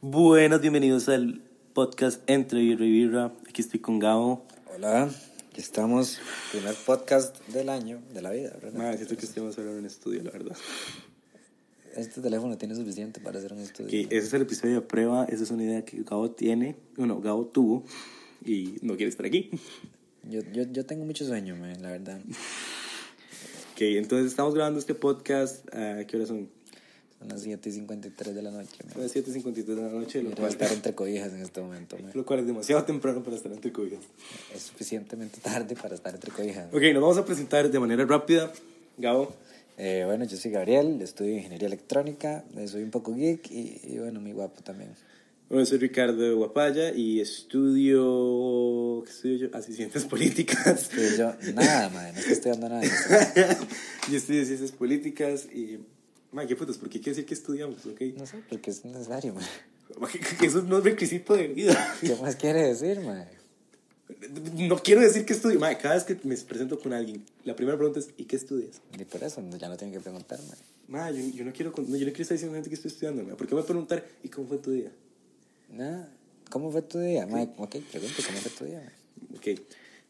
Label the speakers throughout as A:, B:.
A: Buenas, bienvenidos al podcast Entre Birra y Birra. Aquí estoy con Gabo.
B: Hola, aquí estamos. Primer podcast del año, de la vida. ¿verdad?
A: Madre, siento Ah, que este estemos ahora en un estudio, la verdad.
B: Este teléfono tiene suficiente para hacer un estudio.
A: Que ese es el episodio de prueba, esa es una idea que Gabo tiene, bueno, Gabo tuvo y no quiere estar aquí.
B: Yo, yo, yo tengo mucho sueño, man, la verdad.
A: Ok, entonces estamos grabando este podcast, ¿a qué hora son?
B: Son las 7 y 53 de la noche. man.
A: Son las 7.53 de la noche, lo
B: Quiero
A: cual,
B: estar entre cobijas en este momento. man.
A: lo cual es demasiado temprano para estar entre cobijas.
B: Es suficientemente tarde para estar entre cobijas.
A: Ok, nos vamos a presentar de manera rápida. Gabo,
B: Eh, bueno, yo soy Gabriel, estudio ingeniería electrónica, eh, soy un poco geek y, y, bueno, muy guapo también.
A: Bueno, soy Ricardo de Guapaya y estudio. ¿Qué estudio yo? Ah, sí, ciencias políticas.
B: Estudio yo nada, madre, no estoy estudiando nada.
A: yo estudio ciencias políticas y. Man, qué putas, ¿por qué quiere decir que estudiamos? ¿Ok?
B: No sé, porque es necesario, man.
A: Ma, que- que Eso no es requisito de vida.
B: ¿Qué más quiere decir, madre?
A: No quiero decir que estudio. Ma, cada vez que me presento con alguien, la primera pregunta es: ¿y qué estudias?
B: Y por eso no- ya no tienen que preguntarme.
A: Ma, yo, yo no quiero, con- no, yo no quiero estar diciendo a la gente que estoy estudiando. ma. ¿Por qué me voy a preguntar: ¿y cómo fue tu día?
B: Nada. ¿Cómo fue tu día? Mike, ok, pregunto, ¿cómo fue tu día? mae?
A: Ok.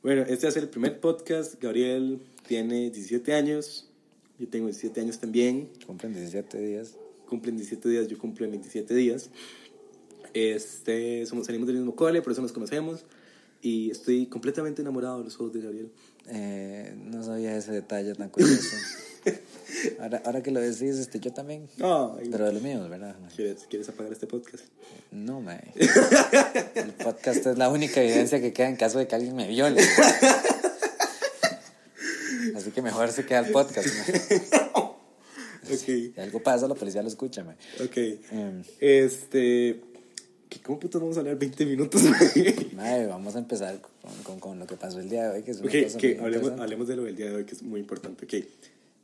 A: Bueno, este va a ser el primer podcast. Gabriel tiene 17 años. Yo tengo 17 años también.
B: Cumplen 17 días.
A: cumplen 17 días, yo cumplo en 27 días. Este, somos, salimos del mismo cole, por eso nos conocemos. Y estoy completamente enamorado de los juegos de Gabriel.
B: Eh, no sabía ese detalle tan curioso. ahora, ahora que lo decís, este, yo también.
A: Ay,
B: Pero de lo mío, ¿verdad? mae?
A: ¿quieres, ¿Quieres apagar este podcast?
B: No, mae. El podcast es la única evidencia que queda en caso de que alguien me viole. Así que mejor se queda el podcast. mae.
A: Ok,
B: Si algo pasa, la policía lo escucha, mae.
A: ok.
B: Em,
A: Este, ¿qué- ¿cómo puto vamos a hablar 20 minutos?
B: mae, vamos a empezar con, con- con lo que pasó el día de hoy, que es una
A: ok,
B: cosa
A: que
B: muy
A: hablemos,
B: interesante.
A: hablemos de lo del día de hoy, que es muy importante. Ok,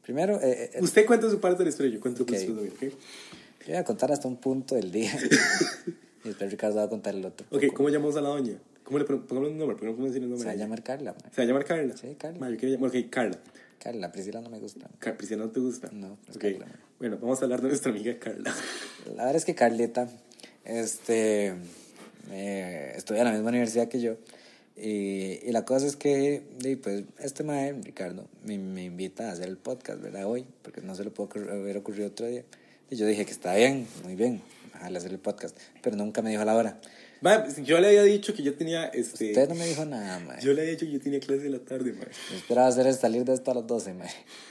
B: Primero, eh, eh,
A: usted cuenta su parte de la historia, yo cuento
B: Ok.
A: mi historia, ok.
B: Yo voy a contar hasta un punto del día. y después Ricardo va a contar el otro.
A: Ok, ¿cómo llamamos a la doña? ¿Cómo le pon- pongamos un nombre? ¿Por qué no podemos decir el
B: Se
A: nombre?
B: va
A: a
B: a
A: ella?
B: llamar Carla, mae.
A: ¿Se va a llamar Carla?
B: Sí, Carla.
A: Ma, yo quiero llamar- ok, Carla.
B: Carla, Priscila no me gusta.
A: Car- Priscila, ¿no te gusta?
B: No, no es
A: Ok.
B: Carla.
A: Bueno, vamos a hablar de nuestra amiga Carla.
B: La verdad es que Carlita, este, eh, estudia en la misma universidad que yo. Y, y la cosa es que, di, pues, este mae, Ricardo, me, me invita a hacer el podcast, ¿verdad? Hoy, porque no se lo puedo ocurr- haber ocurrido otro día. Y yo dije que está bien, muy bien, ojalá hacer el podcast. Pero nunca me dijo la hora.
A: Ma, pues, yo le había dicho que yo tenía, este...
B: Usted no me dijo nada, mae.
A: Yo le había dicho que yo tenía clase de la tarde, ma.
B: Yo esperaba hacer es salir de esto a las 12, mae.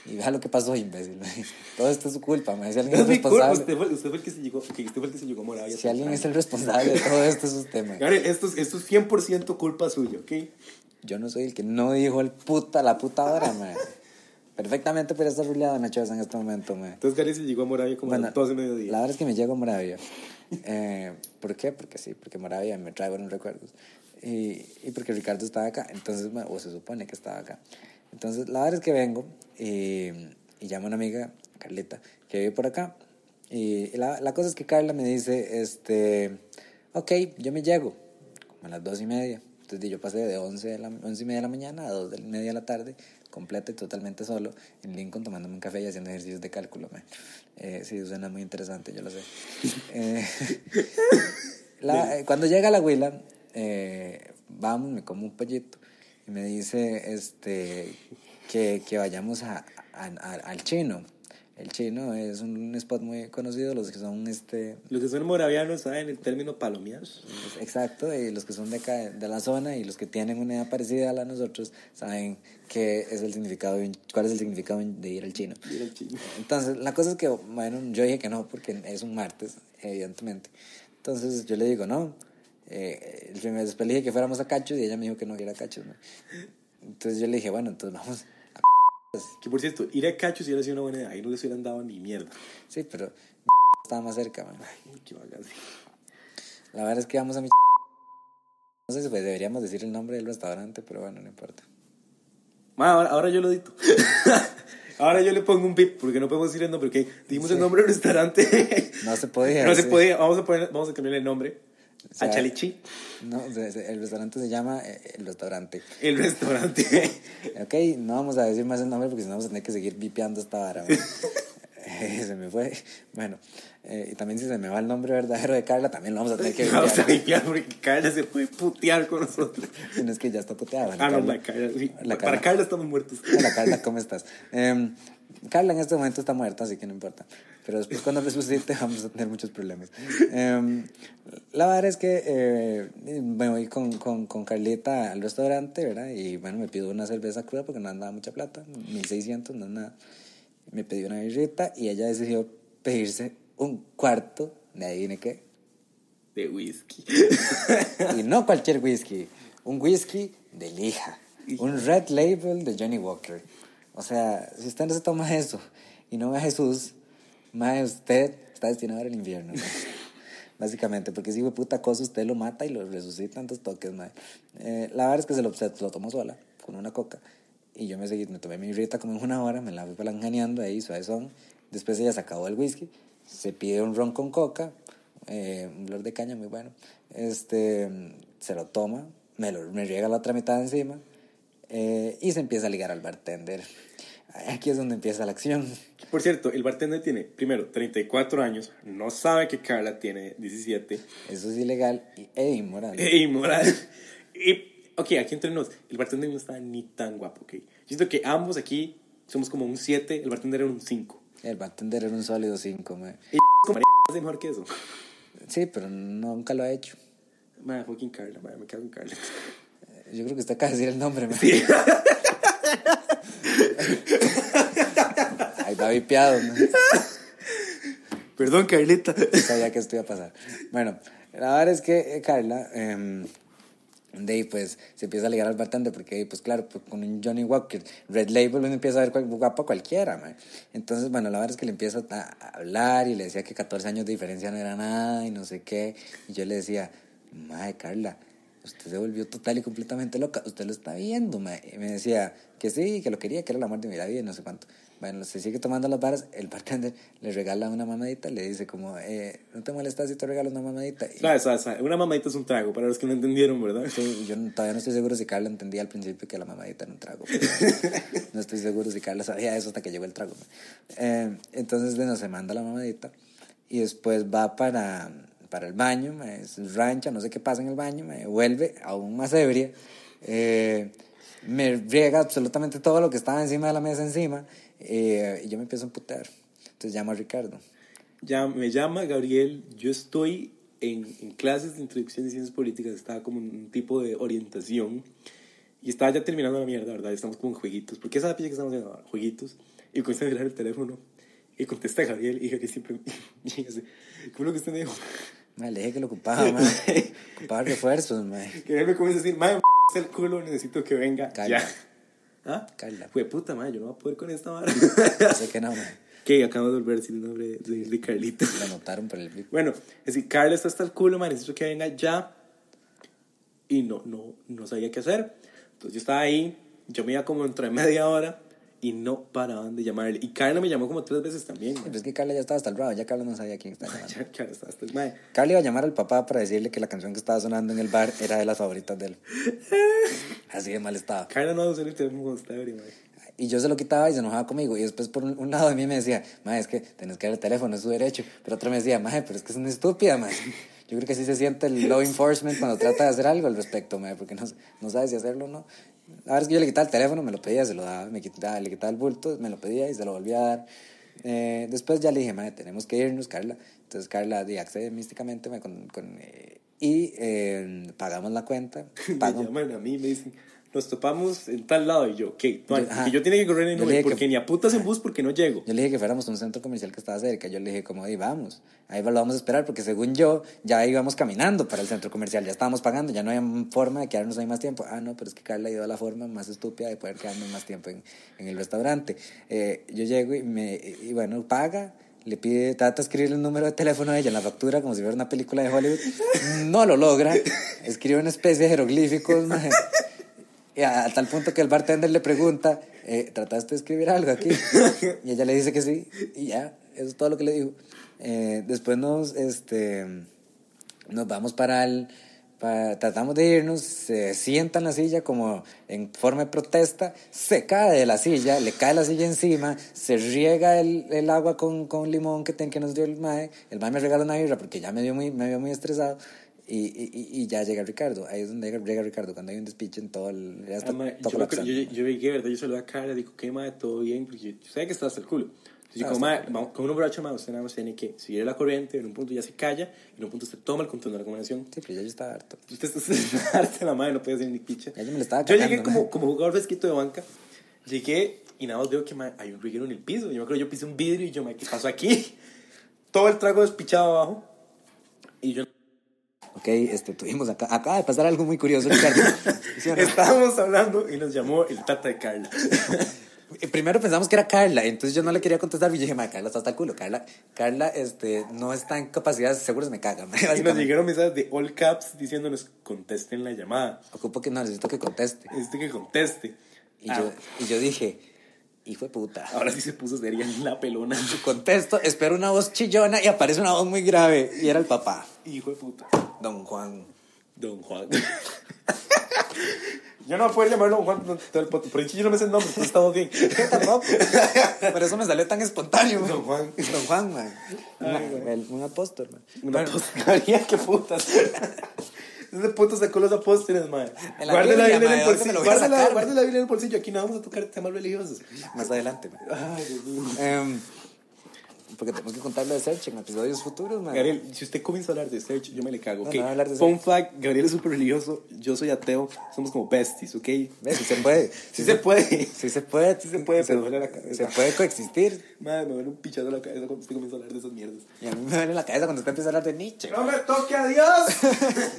B: Y vea lo que pasó, imbécil, mae. Todo esto es su culpa, mae. Si
A: No
B: alguien
A: es
B: es
A: mi culpa,
B: responsable,
A: usted fue, usted fue el que se llegó... ok, usted fue el que se llegó morado.
B: si alguien es el responsable de todo esto, es usted, mae.
A: Gabriel, esto es, esto es 100% culpa suya, ¿ok?
B: Yo no soy el que no dijo el puta, la puta hora, mae. Perfectamente podría estar ruleado Nacho Vaz en este momento, mae.
A: Entonces Gabriel se llegó a Moravia como a
B: Bueno,
A: las 12 de mediodía.
B: La verdad es que me llego a Moravia. Eh, ¿Por qué? Porque sí, porque Moravia me trae buenos recuerdos. Y, y porque Ricardo estaba acá, entonces, ma- o se supone que estaba acá. Entonces, la verdad es que vengo y, y llamo a una amiga, Carlita, que vive por acá. Y la, la cosa es que Carla me dice, este, ok, yo me llego, como a las dos y media. Entonces di, yo pasé de 11, de la, 11 y media de la mañana a 2 y media de la tarde, completa y totalmente solo, en Lincoln tomándome un café y haciendo ejercicios de cálculo. man. Eh, sí, suena muy interesante, yo lo sé. Eh, la- eh, cuando llega la huila, eh, vamos, me como un pollito y me dice este, que, que vayamos a- a- a- al chino. El chino es un, spot muy conocido, los que son este,
A: Los que son moravianos saben el término palomear.
B: Pues, Exacto, y los que son de acá, de la zona y los que tienen una edad parecida a la de nosotros saben qué es el significado, de un- cuál es el significado de ir al chino.
A: Mira el chino.
B: Entonces, la cosa es que, bueno, yo dije que no, porque es un martes, evidentemente. Entonces, yo le digo, no. Eh, el primer- después le dije que fuéramos a Cachos y ella me dijo que no, que era Cachos. ¿no? Entonces, yo le dije, bueno, entonces vamos.
A: Que por cierto, ir a Cacho si hubiera sido una buena idea. Ahí no les hubieran dado ni mierda.
B: Sí, pero estaba más cerca, man.
A: Ay, qué vagancia.
B: La verdad es que vamos a mi... No sé si pues, deberíamos decir el nombre del restaurante, pero bueno, no importa.
A: Ma, ahora, ahora yo lo edito. ahora yo le pongo un pip porque no podemos decir el nombre, porque dijimos el nombre del restaurante.
B: No se podía.
A: no se
B: sí.
A: podía. Vamos a, poner, vamos a cambiar el nombre.
B: O sea,
A: a Chalichi.
B: No, se- se- el restaurante se llama eh, El Restaurante.
A: El restaurante.
B: Ok, no vamos a decir más el nombre porque si no vamos a tener que seguir vipeando esta vara. man. Eh, se me fue. Bueno, eh, y también si se me va el nombre verdadero de Carla, también lo vamos a tener que
A: Vamos a limpiar
B: limpiar.
A: porque Carla se puede putear con nosotros.
B: Si no es que ya está puteada. bueno,
A: Ah, no,
B: Carla.
A: la Carla. sí.
B: La
A: Para
B: Carla.
A: Carla estamos muertos.
B: Hola Carla, ¿cómo estás? Em, Carla en este momento está muerta, así que no importa. Pero después cuando resucite vamos a tener muchos problemas. Em, la verdad es que eh, me voy con, con, con Carlita al restaurante, ¿verdad? Y bueno, me pido una cerveza cruda porque no andaba mucha plata, 1600, no es nada. Me pedí una birrita y ella decidió pedirse un cuarto de adivine qué.
A: De whisky.
B: Y no cualquier whisky, un whisky de lija, un red label de Johnny Walker. O sea, si usted no se toma eso y no ve a Jesús, más usted está destinado al infierno. mae. Básicamente, porque si fue puta cosa, usted lo mata y lo resucita en dos toques, mae. Eh, la verdad es que se lo, se lo tomó sola, con una coca. Y yo me seguí, me tomé mi rita como en una hora, me la fui palanganeando ahí, suavezón. Después ella se acabó el whisky, se pide un ron con coca, eh, un blor de caña muy bueno. Este, se lo toma, me, lo, me riega la otra mitad encima eh, y se empieza a ligar al bartender. Aquí es donde empieza la acción.
A: Por cierto, el bartender tiene, primero, 34 años, no sabe que Carla tiene 17,
B: Eso es ilegal y, e inmoral.
A: e inmoral. Y, ok, aquí entre nos, el bartender no está ni tan guapo, ok. Yo siento que ambos aquí somos como un 7, el bartender era un 5.
B: El bartender era un sólido 5,
A: Y como hace mejor que eso.
B: Sí, pero nunca lo ha hecho.
A: Madre, fucking Carla, madre, me cago en Carla.
B: Yo creo que usted acaba de decir el nombre, man. Ahí va vipeado, man.
A: Perdón, Carlita.
B: No sabía que esto iba a pasar. Bueno, la verdad es que eh, Carla, em, de ahí pues se empieza a ligar al bartender porque ahí, pues claro, pues, con un Johnny Walker, Red Label, uno empieza a ver cual- guapa cualquiera, man. Entonces, bueno, la verdad es que le empieza a a hablar y le decía que 14 años de diferencia no era nada y no sé qué. Y yo le decía, madre Carla, usted se volvió total y completamente loca, usted lo está viendo, mae. Y me decía que sí, que lo quería, que era la muerte de mi vida y no sé cuánto. Bueno, se sigue tomando las varas, el bartender le regala una mamadita, le dice como, eh, no te molestas si te regalo una mamadita. Y-
A: Sabes, sabes, sabes, Ah, una mamadita es un trago, para los que no entendieron, ¿verdad?
B: Sí, yo no- todavía no estoy seguro si Carla entendía al principio que la mamadita era un trago. No estoy seguro si Carla sabía eso hasta que llegó el trago. Eh, entonces, bueno, se manda la mamadita y después va para, para el baño, ma, es rancha, no sé qué pasa en el baño, ma, vuelve aún más ebria. eh, me riega absolutamente todo lo que estaba encima de la mesa encima eh, y yo me empiezo a emputar. Entonces llamo a Ricardo.
A: Ya, me llama Gabriel, yo estoy en, en clases de introducción de ciencias políticas, estaba como en un tipo de orientación y estaba ya terminando la mierda, ¿verdad? Estamos como en jueguitos, porque esa es la pilla que estamos haciendo ahora, jueguitos, y comienza a mirar el teléfono y contesta Gabriel y Gabriel siempre me dice, ¿cómo lo que usted me dijo?
B: Ma, le dije que lo ocupaba, ma. ocupaba refuerzos, ma.
A: Gabriel me comienza a decir, madre, el culo, necesito que venga.
B: Carla.
A: Ya. ¿Ah?
B: Carla.
A: Fue puta madre, yo no voy a poder con esta vara.
B: Sé que no, ma.
A: que acabo de volver a decir el nombre de, de Carlita.
B: Lo notaron por el bip.
A: Bueno, es decir, Carla está hasta el culo, man, necesito que venga ya. Y no, no, no sabía qué hacer. Entonces yo estaba ahí, yo me iba como entre media hora y no paraban de llamarle. Y Carla me llamó como tres veces también. man.
B: Pero Pues es que Carla ya estaba hasta el rabo, ya Carla no sabía quién estaba llamando.
A: Ya, Carla estaba hasta el mae.
B: Carla iba a llamar al papá para decirle que la canción que estaba sonando en el bar era de las favoritas de él. Así de mal estaba.
A: Carla no usa el teléfono cuando está ebria, mae.
B: Y yo se lo quitaba y se enojaba conmigo. Y después por un un lado de mí me decía, ma, es que tenés que dar el teléfono, es su derecho. Pero otro me decía, ma, pero es que es una estúpida, ma. Yo creo que así se siente el law enforcement cuando trata de hacer algo al respecto, ma, porque no, no sabe si hacerlo o no. La verdad es que yo le quitaba el teléfono, me lo pedía, se lo daba, me quitaba, le quitaba el bulto, me lo pedía y se lo volvía a dar. Eh, después ya le dije, ma, tenemos que irnos, Carla. Entonces Carla di, accede místicamente ma, con... con, eh, y eh, pagamos la cuenta.
A: Me
B: Pago,
A: llaman a mí y me dicen, nos topamos en tal lado. Y yo, ok, no,
B: Yo- ajá.
A: que yo tenía que correr
B: Yo
A: en
B: le
A: Uber
B: dije que-
A: porque ni a putas en bus porque no llego.
B: Yo le dije que fuéramos a un centro comercial que estaba cerca. Yo le dije, como, ahí vamos, ahí lo vamos a esperar, porque según yo, ya íbamos caminando para el centro comercial, ya estábamos pagando, ya no había forma de quedarnos ahí más tiempo. Ah, no, pero es que Carla dio la forma más estúpida de poder quedarnos más tiempo en, en el restaurante. Eh, yo llego y, me, y bueno, paga. Le pide, trata de escribirle el número de teléfono de ella en la factura como si fuera una película de Hollywood. No lo logra. Escribe una especie de jeroglíficos. mae. Y a, a tal punto que el bartender le pregunta, eh, ¿trataste de escribir algo aquí? Y ella le dice que sí, y ya, eso es todo lo que le dijo. Eh, después nos, este, nos vamos para el, pa- tratamos de irnos, se sienta en la silla como en forma de protesta, se cae de la silla, le cae la silla encima, se riega el, el agua con, con limón que, ten- que nos dio el mae, el mae me regaló una birra porque ya me, dio muy, me vio muy estresado. Y, y- y- y ya llega Ricardo, ahí es donde llega, llega Ricardo, cuando hay un despiche en todo el... ya está
A: Ah, mae,
B: todo
A: yo, me acuerdo-
B: colapsando.
A: yo, yo llegué, ¿verdad? Yo saludé a Cara, digo, ¿qué madre? ¿Todo bien? Porque yo, yo sabía que estaba hasta el culo. Entonces, yo
B: Ah,
A: como,
B: está
A: madre,
B: bien.
A: vamos- con un borracho más, usted nada más tiene que seguir la corriente, en un punto ya se calla, en un punto usted toma el control de la conversación.
B: Sí, pero ya yo estaba harto.
A: Usted está sentarse la madre, no puede hacer ni picha.
B: Ya yo me la estaba
A: Yo llegué
B: cagando,
A: como,
B: mae.
A: como jugador fresquito de banca, llegué y nada más veo que mae, hay un reguero en el piso. Yo me acuerdo, yo pisé un vidrio y yo, mae, ¿qué pasó aquí? Todo el trago despichado abajo. Y yo
B: Ok, este, tuvimos acá, acaba de pasar algo muy curioso, Ricardo. ¿Sí o no?
A: estábamos hablando y nos llamó el tata de Carla.
B: Eh, Primero pensamos que era Carla, entonces yo no le quería contestar y yo dije, "Ma, Carla está hasta el culo, Carla, Carla este, no está en capacidad, seguro se me caga. ma",
A: Y nos
B: básicamente.
A: llegaron mensajes de all caps diciéndonos contesten la llamada.
B: Ocupo que no, necesito que conteste.
A: Este que conteste.
B: Y,
A: Ah,
B: yo, y yo dije, hijo de puta,
A: Ahora sí se puso seria en la pelona.
B: contesto, espero una voz chillona y aparece una voz muy grave y era el papá,
A: Hijo de puta.
B: don Juan.
A: Don Juan. yo no voy a poder llamarlo Don Juan todo el pot- Por eso yo no me sé el nombre, pero estamos bien.
B: ¿Qué tampoco? Por eso me salió tan espontáneo. ma.
A: Don Juan.
B: Don Juan, man. un apóstol, man.
A: Una María, qué putas. Ese puto sacó los apóstoles, madre.
B: En la
A: Guarda la Biblia en
B: Biblia, mae,
A: el
B: ¿dónde me
A: bolsillo.
B: lo voy a
A: Guarda la-
B: sacar?
A: guarda la Biblia en el bolsillo. Aquí no vamos a tocar temas religiosos.
B: Más adelante, man.
A: Ay, Dios mío.
B: Em, porque tenemos que contarlo de Search en episodios futuros, man.
A: Gabriel, si usted comienza a hablar de Search, yo me le cago.
B: No,
A: ok.
B: no voy a hablar de
A: Fun fact: Gabriel es súper religioso. Yo soy ateo. Somos como besties, ¿ok? Sí,
B: Ve, Si se puede.
A: se
B: Si se,
A: puede.
B: si se puede. Si
A: se puede, pero duele la cabeza.
B: Se puede coexistir.
A: Madre, me duele un pichazo en la cabeza cuando usted comienza a hablar de esas mierdas.
B: Y a mí me duele la cabeza cuando usted empieza a hablar de Nietzsche.
A: ¡No me toque a Dios!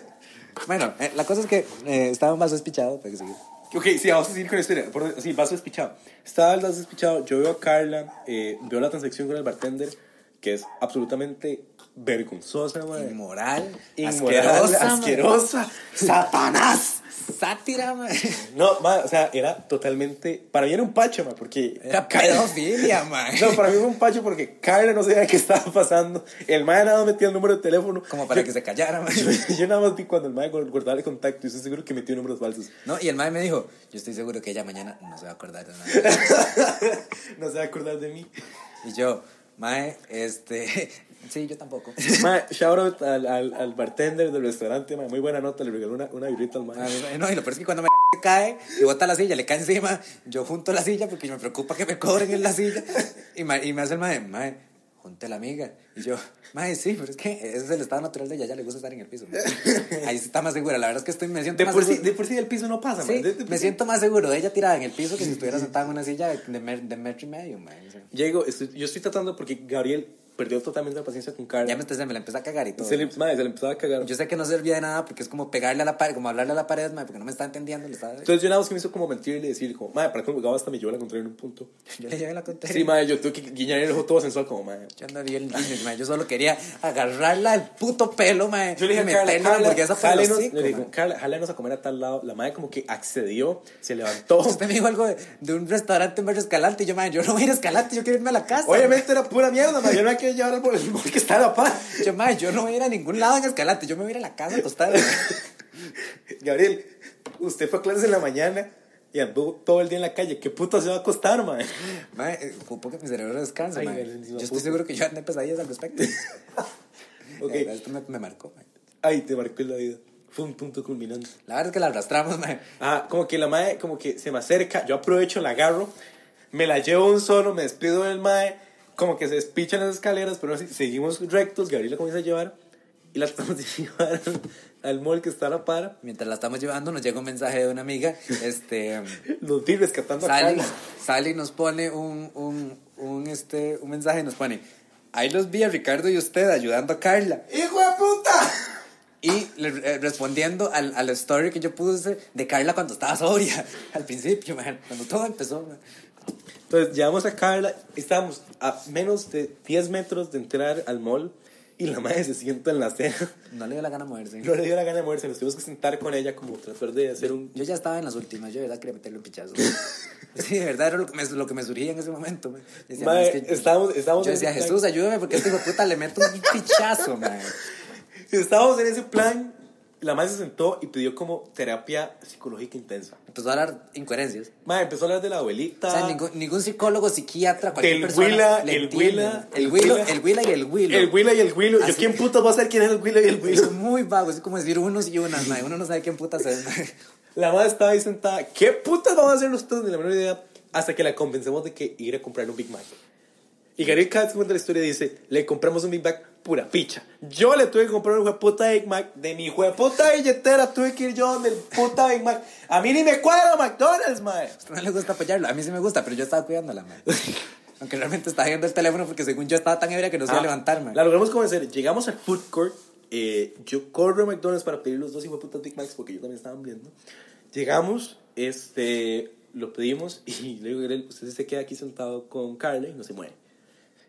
B: Bueno, eh, la cosa es que eh, estaba más despichado. Pero sí.
A: ok, sí, vamos a seguir con la historia. Por- sí, vaso despichado. Estaba el vaso despichado. Yo veo a Carla, eh, veo la transacción con el bartender, que es absolutamente vergonzosa, madre.
B: Inmoral.
A: Inmoral,
B: asquerosa.
A: asquerosa. ¡Satanás!
B: man. Sátira, man.
A: No, madre, o sea, era totalmente. Para mí era un pacho, madre, porque.
B: Era
A: Carla-
B: pedofilia, man.
A: No, para mí fue un pacho porque Carla no sabía qué estaba pasando. El madre nada más metía el número de teléfono.
B: Como para que se callara, man.
A: Yo, yo nada más vi cuando el madre guard- guardaba el contacto y estoy seguro que metió números falsos.
B: No, y el mae me dijo, yo estoy seguro que ella mañana no se va a acordar de nada.
A: No se va a acordar de mí.
B: Y yo, mae, este... Sí, yo tampoco.
A: Mae, shout out al, al, al bartender del restaurante, mae, muy buena nota, le regaló una, una birrita al
B: Ah,
A: mae.
B: me- No, y lo peor es que cuando me cae y bota la silla, le cae encima, yo junto la silla porque me preocupa que me cobren en la silla. Y, ma- y me hace el mae, mae, junte la amiga. Y yo, mae, sí, pero es que ese es el estado natural de ella, ya le gusta estar en el piso. mae. Ahí sí está más segura, la verdad es que estoy, me siento
A: De
B: más
A: por, sí,
B: seguro.
A: de por sí del piso no pasa, mae.
B: Sí,
A: De- de por
B: me
A: sí.
B: siento más seguro de ella tirada en el piso que si estuviera sentada en una silla de, mer- de metro y medio, mae. O sea,
A: Llego, estoy- yo estoy tratando porque Gabriel perdió totalmente la paciencia con Carla.
B: Ya me, entonces me la empecé a cagar y todo.
A: se, le, mae, se le empezaba a cagar.
B: Yo sé que no servía de nada porque es como pegarle a la pared, como hablarle a la pared, mae, porque no me está entendiendo, le estaba-
A: Entonces yo nada más que me hizo como mentir y le decir, como, mae, para cómo hasta me llevó la contraria en un punto.
B: Yo le llevé la contraria.
A: Sí, mae, yo tuve que guiñar el ojo todo sensual, como, mae.
B: Yo no vi el niño, mae, Yo solo quería agarrarla al puto pelo, mae. y meterla en la hamburguesa por el
A: jálenos,
B: hocico,
A: le digo,
B: mae.
A: "Carla, jálenos a comer a tal lado. La madre como que accedió, se levantó.
B: Usted me dijo algo de, de un restaurante en Barrio Escalante. Y yo, mae, yo no voy a ir a Escalante, yo quiero irme a la casa.
A: Obviamente era pura mierda, madre. Yo no me quería llevar al bol- el bol que está a la paz.
B: mae. Yo, mae, yo no voy a ir a ningún lado en Escalante. Yo me voy a ir a la casa acostada.
A: Gabriel, usted fue a clases en la mañana y anduvo todo el día en la calle. ¿Qué puta se va a acostar, madre?
B: mae, eh, ocupo que mi cerebro descansa,
A: Ay,
B: mae.
A: grandísima
B: Yo estoy
A: puta.
B: seguro que yo andé pesadillas al respecto.
A: Ok.
B: Eh, Esto me, me marcó, mae.
A: Ay, te marcó en la vida. Fue un punto culminante.
B: La verdad es que la arrastramos, mae.
A: Ah, como que la madre, como que se me acerca. Yo aprovecho, la agarro, me la llevo un solo, me despido del madre. Como que se despichan las escaleras, pero así, seguimos rectos. Gabriel la comienza a llevar y la tratamos de llevar al, al mall que está a la para.
B: Mientras la estamos llevando, nos llega un mensaje de una amiga. Este.
A: Los vi rescatando a
B: sale,
A: Carla.
B: sale y nos pone un, un, un, este, un mensaje y nos pone, ahí los vi a Ricardo y usted ayudando a Carla.
A: ¡Hijo de puta!
B: Y le- eh, respondiendo al, a la story que yo puse de Carla cuando estaba sobria, al principio, man, cuando todo empezó. man.
A: Entonces llegamos a Carla, estábamos a menos de 10 metros de entrar al mall y la madre se sienta en la acera.
B: No le dio la gana moverse.
A: No le dio la gana de moverse, nos tuvimos que sentar con ella como tratar de hacer un...
B: Yo ya estaba en las últimas, yo de verdad quería meterle un pichazo. Sí, de verdad era lo que me, lo que me surgía en ese momento. man. Yo decía,
A: Madre,
B: "Man, es que-
A: estábamos- estábamos
B: yo
A: en
B: decía,
A: ese plan".
B: Jesús, ayúdame porque a este hijo de puta le meto un pichazo, man.
A: Estábamos en ese plan La madre se sentó y pidió como terapia psicológica intensa.
B: Empezó pues, a hablar incoherencias.
A: Madre, empezó a hablar de la abuelita.
B: O sea, ningún, ningún psicólogo, psiquiatra, cualquier
A: Del
B: persona.
A: Huila,
B: le
A: el
B: entiende.
A: Huila, el
B: el Huila.
A: Huila.
B: El Huila y el Huilo.
A: El Willa y el Willow. Yo,
B: Así-
A: ¿quién putas va a saber quién es el Willa y el Willow?
B: Es muy vago, es como decir unos y unas, mae. Uno no sabe quién putas es. mae.
A: La madre estaba ahí sentada. ¿Qué putas vamos a hacer nosotros? Ni la menor idea. Hasta que la convencemos de que ir a comprar un Big Mac. Y Gabriel cada vez que cuenta la historia dice, le compramos un Big Mac pura picha. Yo le tuve que comprar un puta Big Mac de mi puta billetera. Tuve que ir yo donde el puta Big Mac. A mí ni me cuadra McDonald's, madre.
B: No le gusta apoyarlo. A mí sí me gusta, pero yo estaba cuidándola, mae. Aunque realmente estaba viendo el teléfono porque según yo estaba tan ebria que no se iba a
A: Ah,
B: levantar, mae.
A: La logramos convencer. Llegamos al food court. eh, yo corro a McDonald's para pedir los dos putas Big Macs porque yo también estaba viendo. Llegamos, este, lo pedimos y le digo, Gabriel, usted se queda aquí sentado con Carla y no se mueve.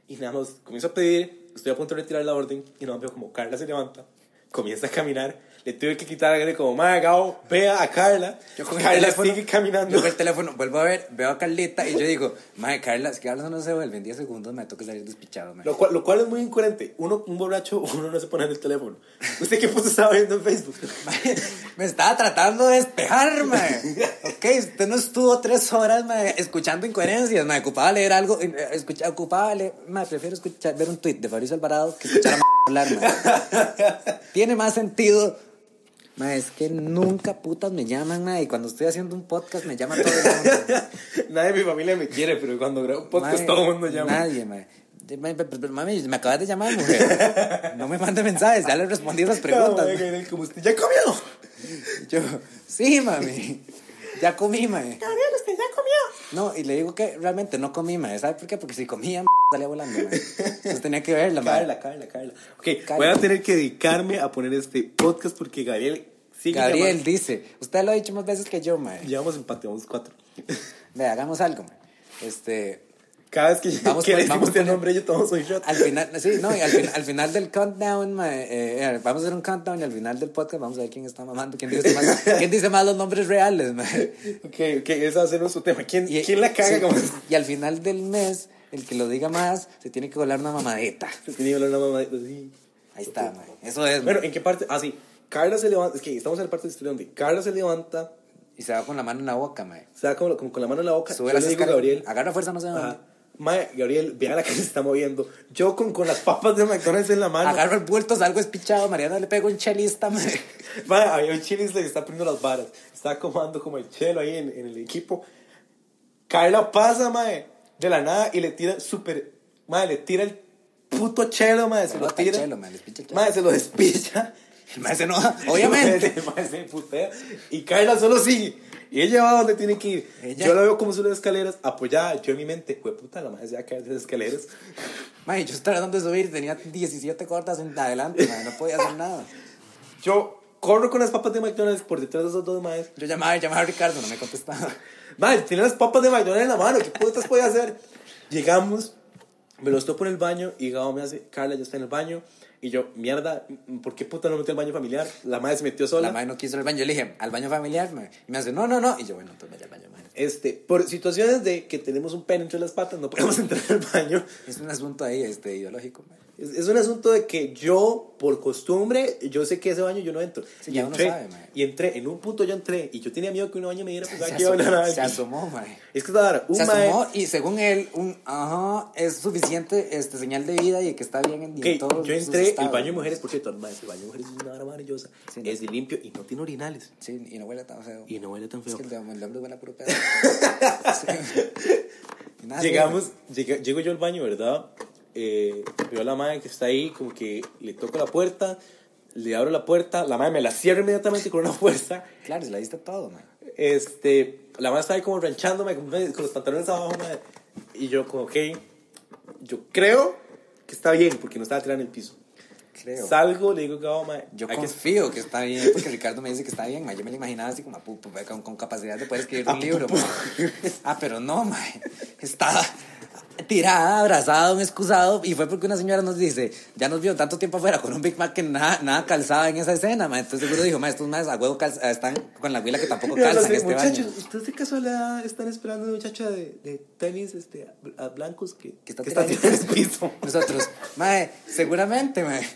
A: Y nada más comienzo a pedir, estoy a punto de retirar la orden y nada más veo como Carla se levanta, comienza a caminar. Le tuve que quitar a Gabriel como, madre, Gabo, vea a Carla.
B: Yo con el
A: Carla
B: teléfono,
A: sigue caminando.
B: Yo con el teléfono, vuelvo a ver, veo a Carlita y yo digo, madre, Carla, es que Carla no se vuelve en 10 segundos, me toca salir despichado, mae.
A: Lo cual, lo cual es muy incoherente. Uno, un borracho, uno no se pone en el teléfono. ¿Usted qué puto estaba viendo en Facebook?
B: Me estaba tratando de despejar, mae. Ok, usted no estuvo tres horas, mae, escuchando incoherencias, mae. Ocupaba leer algo, eh, escucha, ocupaba leer, mae, prefiero escuchar, ver un tweet de Fabrizio Alvarado que escuchar a m- hablar, mae. Tiene más sentido. Mae, es que nunca putas me llaman, mae. Y cuando estoy haciendo un podcast me llama todo el mundo.
A: Nadie de mi familia me quiere, pero cuando grabo un podcast
B: Mae,
A: todo el mundo llama.
B: Nadie, mae. De- mae, pero- pero, Mami, me acabas de llamar, mujer. No me mande mensajes, ya le respondí esas preguntas.
A: No, venga, venga, como usted, ¿Ya comió?
B: Yo, sí, mami. Ya comí, mami.
A: Gabriel, usted ya comió.
B: No, y le digo que realmente no comí, mami. ¿Sabe por qué? Porque si comía, m- salía volando, mami. Entonces tenía que verla, mami.
A: Carla, Carla, Carla. Ok,
B: Carla.
A: voy a tener que dedicarme a poner este podcast porque Gabriel sigue
B: Gabriel
A: llamando.
B: dice, usted lo ha dicho más veces que yo, mami.
A: Llevamos empate, vamos cuatro.
B: Ve, hagamos algo, mami. Este,
A: Cada vez que,
B: Vamos
A: que
B: pon-
A: le
B: vamos
A: decimos el
B: poniendo-
A: nombre, yo tomo soy shot.
B: al final, sí, no, y al, fin- al final del countdown, mae, eh, eh, vamos a hacer un countdown y al final del podcast vamos a ver quién está mamando, quién dice más, quién dice más los nombres reales, mae.
A: Ok, ok, ese va a ser nuestro tema. ¿Quién, ¿quién la caga?
B: sí,
A: como-
B: Y al final del mes, el que lo diga más, se tiene que volar una mamadeta.
A: Se tenía que hablar una mamadita así.
B: Ahí está, mae. Eso es,
A: Bueno,
B: mae.
A: ¿en qué parte? Ah, sí. Carla se levanta. Es que estamos en la parte de la historia donde Carla se levanta,
B: Y se va con la mano en la boca, mae.
A: se da como, como con la mano en la boca.
B: Sube Ah.
A: yo
B: las
A: le digo a
B: escaleras.
A: Gabriel.
B: Agarra fuerza, no se
A: Ajá.
B: va.
A: Mae, Gabriel, vea la que se está moviendo. Yo con, con las papas de McDonald's en la mano.
B: Agarra el vuelto, salgo espichado. Mariana le pego un chelista, mae.
A: Mae, había un chile que está poniendo las varas. Está comando como el chelo ahí en, en el equipo. Carla pasa, mae, de la nada y le tira súper. Mae, le tira el puto chelo, mae. Se
B: Se
A: lo
B: nota el
A: tira.
B: chelo, mae, le espicha el chelo.
A: Mae, se lo despicha.
B: El mae se enoja, obviamente.
A: El mae se putea. Y Carla solo sigue. Y ella va donde tiene que ir.
B: Ella-
A: Yo la veo como sube las escaleras, apoyada. Yo en mi mente, puta, la madre se va a caer de las escaleras.
B: Mae, yo estaba tratando de subir, tenía 17 cortas en adelante, mae. No podía hacer nada.
A: Yo corro con las papas de McDonald's por detrás de esos dos maes.
B: Yo llamaba, llamaba a Ricardo, no me contestaba.
A: Madre, tiene las papas de McDonald's en la mano. ¿Qué putas podía hacer? Llegamos, me los topo en el baño y Gabo me hace, Carla ya está en el baño. Y yo, mierda, ¿por qué puta no metió el baño familiar? La madre se metió sola.
B: La mae no quiso ir al baño. Yo le dije, al baño familiar, mae. Y me hace, no, no, no. Y yo, bueno, entonces vaya al baño, mae.
A: Este, por situaciones de que tenemos un pene entre las patas, no podemos entrar al baño.
B: Es un asunto ahí, este, ideológico, mae.
A: Es, es un asunto de que yo, por costumbre, yo sé que ese baño yo no entro.
B: Sí,
A: y,
B: ya uno
A: entré,
B: sabe, mae.
A: y entré, en un punto yo entré, y yo tenía miedo que un baño me diera pues,
B: Se
A: aquí va a hablar
B: asomó,
A: alguien.
B: se asomó, mae.
A: Es que estaba un
B: Se
A: mae-
B: asomó y según él, un ajá es suficiente este, señal de vida y de que está bien en, y en
A: Ok,
B: todos
A: yo
B: sus
A: entré, el
B: estados.
A: baño de mujeres, por cierto, mae, el baño de mujeres es una vara maravillosa.
B: Sí,
A: es de limpio y no tiene orinales.
B: Sí, y no huele tan feo.
A: Y no huele tan
B: Es
A: feo.
B: que el, de- el hombre huele a puro pedo. Sí. Y nada,
A: Llegamos, llega- llego yo al baño, ¿verdad? Eh, veo a la madre que está ahí, como que le toco la puerta, le abro la puerta, la madre me la cierra inmediatamente con una fuerza.
B: sí. Claro, se la diste todo, man.
A: Este, la madre estaba ahí como ranchándome con, con los pantalones abajo, madre. Y yo como, ok, yo creo que está bien, porque no estaba tirando en el piso.
B: Creo.
A: Salgo, le digo, "Gabo, madre,
B: Yo
A: hay que
B: confío que está bien, porque Ricardo me dice que está bien, ma. Yo me lo imaginaba así como a pupu, ma, con, con capacidad de poder escribir un libro, ma. Ah, pero no, ma. Estaba tirada, abrazada, un excusado, y fue porque una señora nos dice, ya nos vio tanto tiempo afuera con un Big Mac que nada, nada calzaba en esa escena, ma. Entonces seguro dijo, ma, estos más a huevo calza- están con la huila que tampoco
A: Yo no
B: calzan
A: sé,
B: este
A: muchachos,
B: baño.
A: ¿ustedes de casualidad están esperando una muchacha de, de tenis este, a- a blancos que,
B: Que está
A: que está
B: tirando.
A: tirando el piso?
B: Nosotros, mae, seguramente, mae.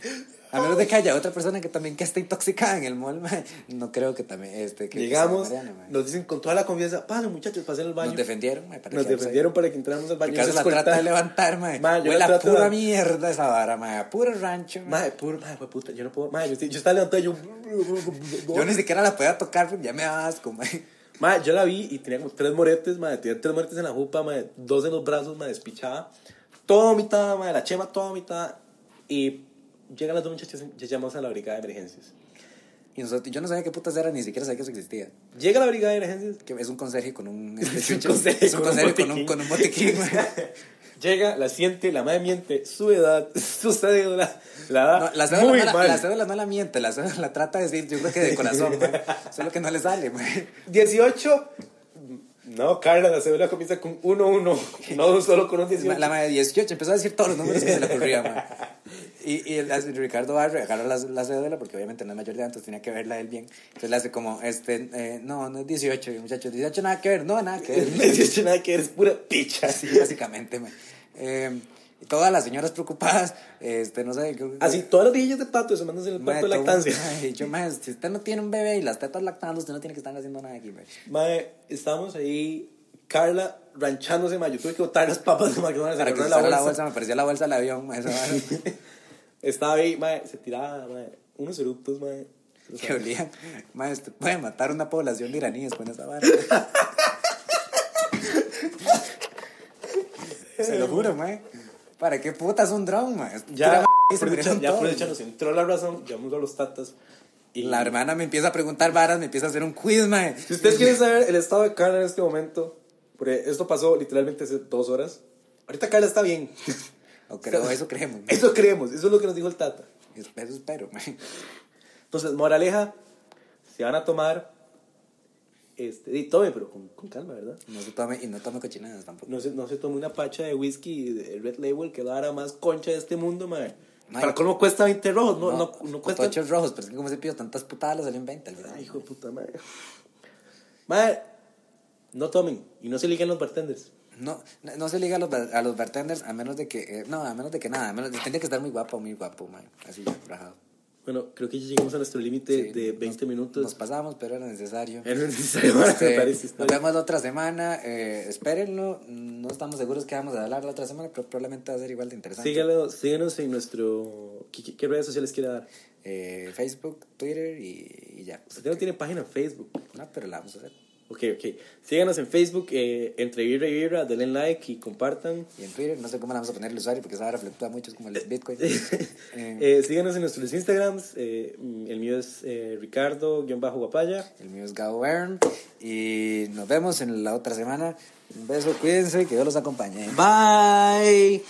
B: A menos de que haya otra persona que también que esté intoxicada en el mall, mae, no creo que también este, que
A: Llegamos,
B: sea Mariana, mae.
A: nos dicen con toda la confianza, pasen muchachos, pasen al baño.
B: Nos defendieron, pues, mae, para
A: Nos
B: que vamos
A: defendieron para que entráramos al
B: ahí.
A: baño.
B: Ricardo la
A: Escoltaron.
B: trata de levantar, mae.
A: Mae, yo la
B: Huele a
A: trato de-
B: pura mierda esa vara, mae, a puro rancho, mae.
A: Madre, puro, madre, fue puta, yo no puedo, madre, yo, estoy- yo estaba levantado, yo...
B: Yo ni siquiera la podía tocar porque ya me daba asco, mae.
A: Madre, yo la vi y tenía como tres moretes, madre, tenía tres moretes en la jupa, madre, dos en los brazos, madre, despichada, toda mitad, madre, la chema toda mitad, y llegan las dos muchachas, ya llamamos a la brigada de emergencias.
B: Y nosotros, yo no sabía qué putas era, ni siquiera sabía que eso existía.
A: Llega la brigada de emergencias,
B: Que es un conserje con un... este,
A: Es un
B: chuche,
A: conserje
B: es un
A: con un
B: conserje con un,
A: botiquín.
B: con un botiquín, mae.
A: llega, la siente, la madre miente, su edad, su cédula, la da
B: No, la,
A: muy
B: cédula no la,
A: mal.
B: la cédula no la miente, la cédula la trata de decir, yo creo que de corazón, mae. Solo que no le sale, mae.
A: 18... No, Carla, la cédula comienza con 1-1, no solo con un 18.
B: La madre de 18 empezó a decir todos los números que se le ocurría, ma. Y, y el- el Ricardo Barrio agarró la, la cédula porque obviamente no es mayor de edad, entonces tenía que verla él bien. Entonces le hace como, este, eh, no, no es 18, y el muchacho, 18 nada que ver, no, nada que ver.
A: 18 nada que ver, es pura picha.
B: Así, básicamente, ma. Eh, y todas las señoras preocupadas, este, no sé. creo que-
A: Así, todas las viejillas de pato se mandan en el
B: Ma,
A: parto de
B: todo-
A: lactancia.
B: Ay, yo, ma, si usted no tiene un bebé y las tetas lactando, usted no tiene que estar haciendo nada aquí, ma.
A: Mae, estábamos ahí, Carla ranchándose, mae, yo tuve que botar las papas de McDonald's
B: Para que
A: agarró
B: se
A: la
B: la
A: bolsa.
B: bolsa, me parecía la bolsa del avión, ma, esa vara.
A: Estaba ahí, mae, se tiraba, mae, unos eructos, mae. O sea,
B: Que olía, ma, usted puede matar una población de iraníes con esa vara. Se lo juro, mae. ¿Para qué putas un dron, mae?
A: Ya,
B: y se
A: por dicha-
B: murieron
A: ya por
B: todos.
A: dicha nos entró la razón, llamamos a los tatas. Y
B: La hermana me empieza a preguntar varas, me empieza a hacer un quiz, mae.
A: Si ustedes quieren saber el estado de Carla en este momento, porque esto pasó literalmente hace dos horas. Ahorita Carla está bien.
B: O creo, eso creemos. mae.
A: Eso creemos, eso es lo que nos dijo el tata.
B: Eso espero, mae.
A: Entonces, moraleja, se van a tomar. Este, y tome, pero con, con calma, ¿verdad?
B: No se tome, y no tome cochinadas tampoco.
A: No se, no se tome una pacha de whisky de Red Label, que es la vara más concha de este mundo, madre.
B: Mae.
A: Para colmo cuesta 20 rojos, no, no, no,
B: con
A: cuesta.
B: tochos rojos, pero es que como se pidió tantas putadas, le salió en 20 al final.
A: Ay, hijo de puta madre. Madre, no tomen y no se liguen los bartenders.
B: No, no no se liga a los, bar- a los bartenders a menos de que, eh, no, a menos de que nada, a menos de, tendría que estar muy guapo, muy guapo, man, así, rajado.
A: Bueno, creo que ya llegamos a nuestro límite
B: Sí,
A: de
B: nos-
A: 20 minutos.
B: Nos pasamos, pero era necesario.
A: Era necesario para
B: Este,
A: contar esta
B: nos
A: historia.
B: vemos la otra semana, eh, espérenlo, no estamos seguros que vamos a hablar la otra semana, pero probablemente va a ser igual de interesante.
A: Síganos, síganos en nuestro. ¿Qué, qué- qué redes sociales quiere dar?
B: Eh, Facebook, Twitter y, y ya.
A: Usted no tiene página en Facebook.
B: No, pero la vamos a hacer.
A: Ok, ok. Síganos en Facebook, eh, entre Vibra y Vibra, denle like y compartan.
B: Y en Twitter, no sé cómo la vamos a poner el usuario, porque esa ahora fluctúa mucho, es como el Bitcoin. Eh,
A: Eh, síganos en nuestros Instagrams. eh, mm, el mío es eh, Ricardo-Guapaya.
B: El mío es Gabo Bern. Y nos vemos en la otra semana. Un beso, cuídense, que Dios los acompañe. Bye.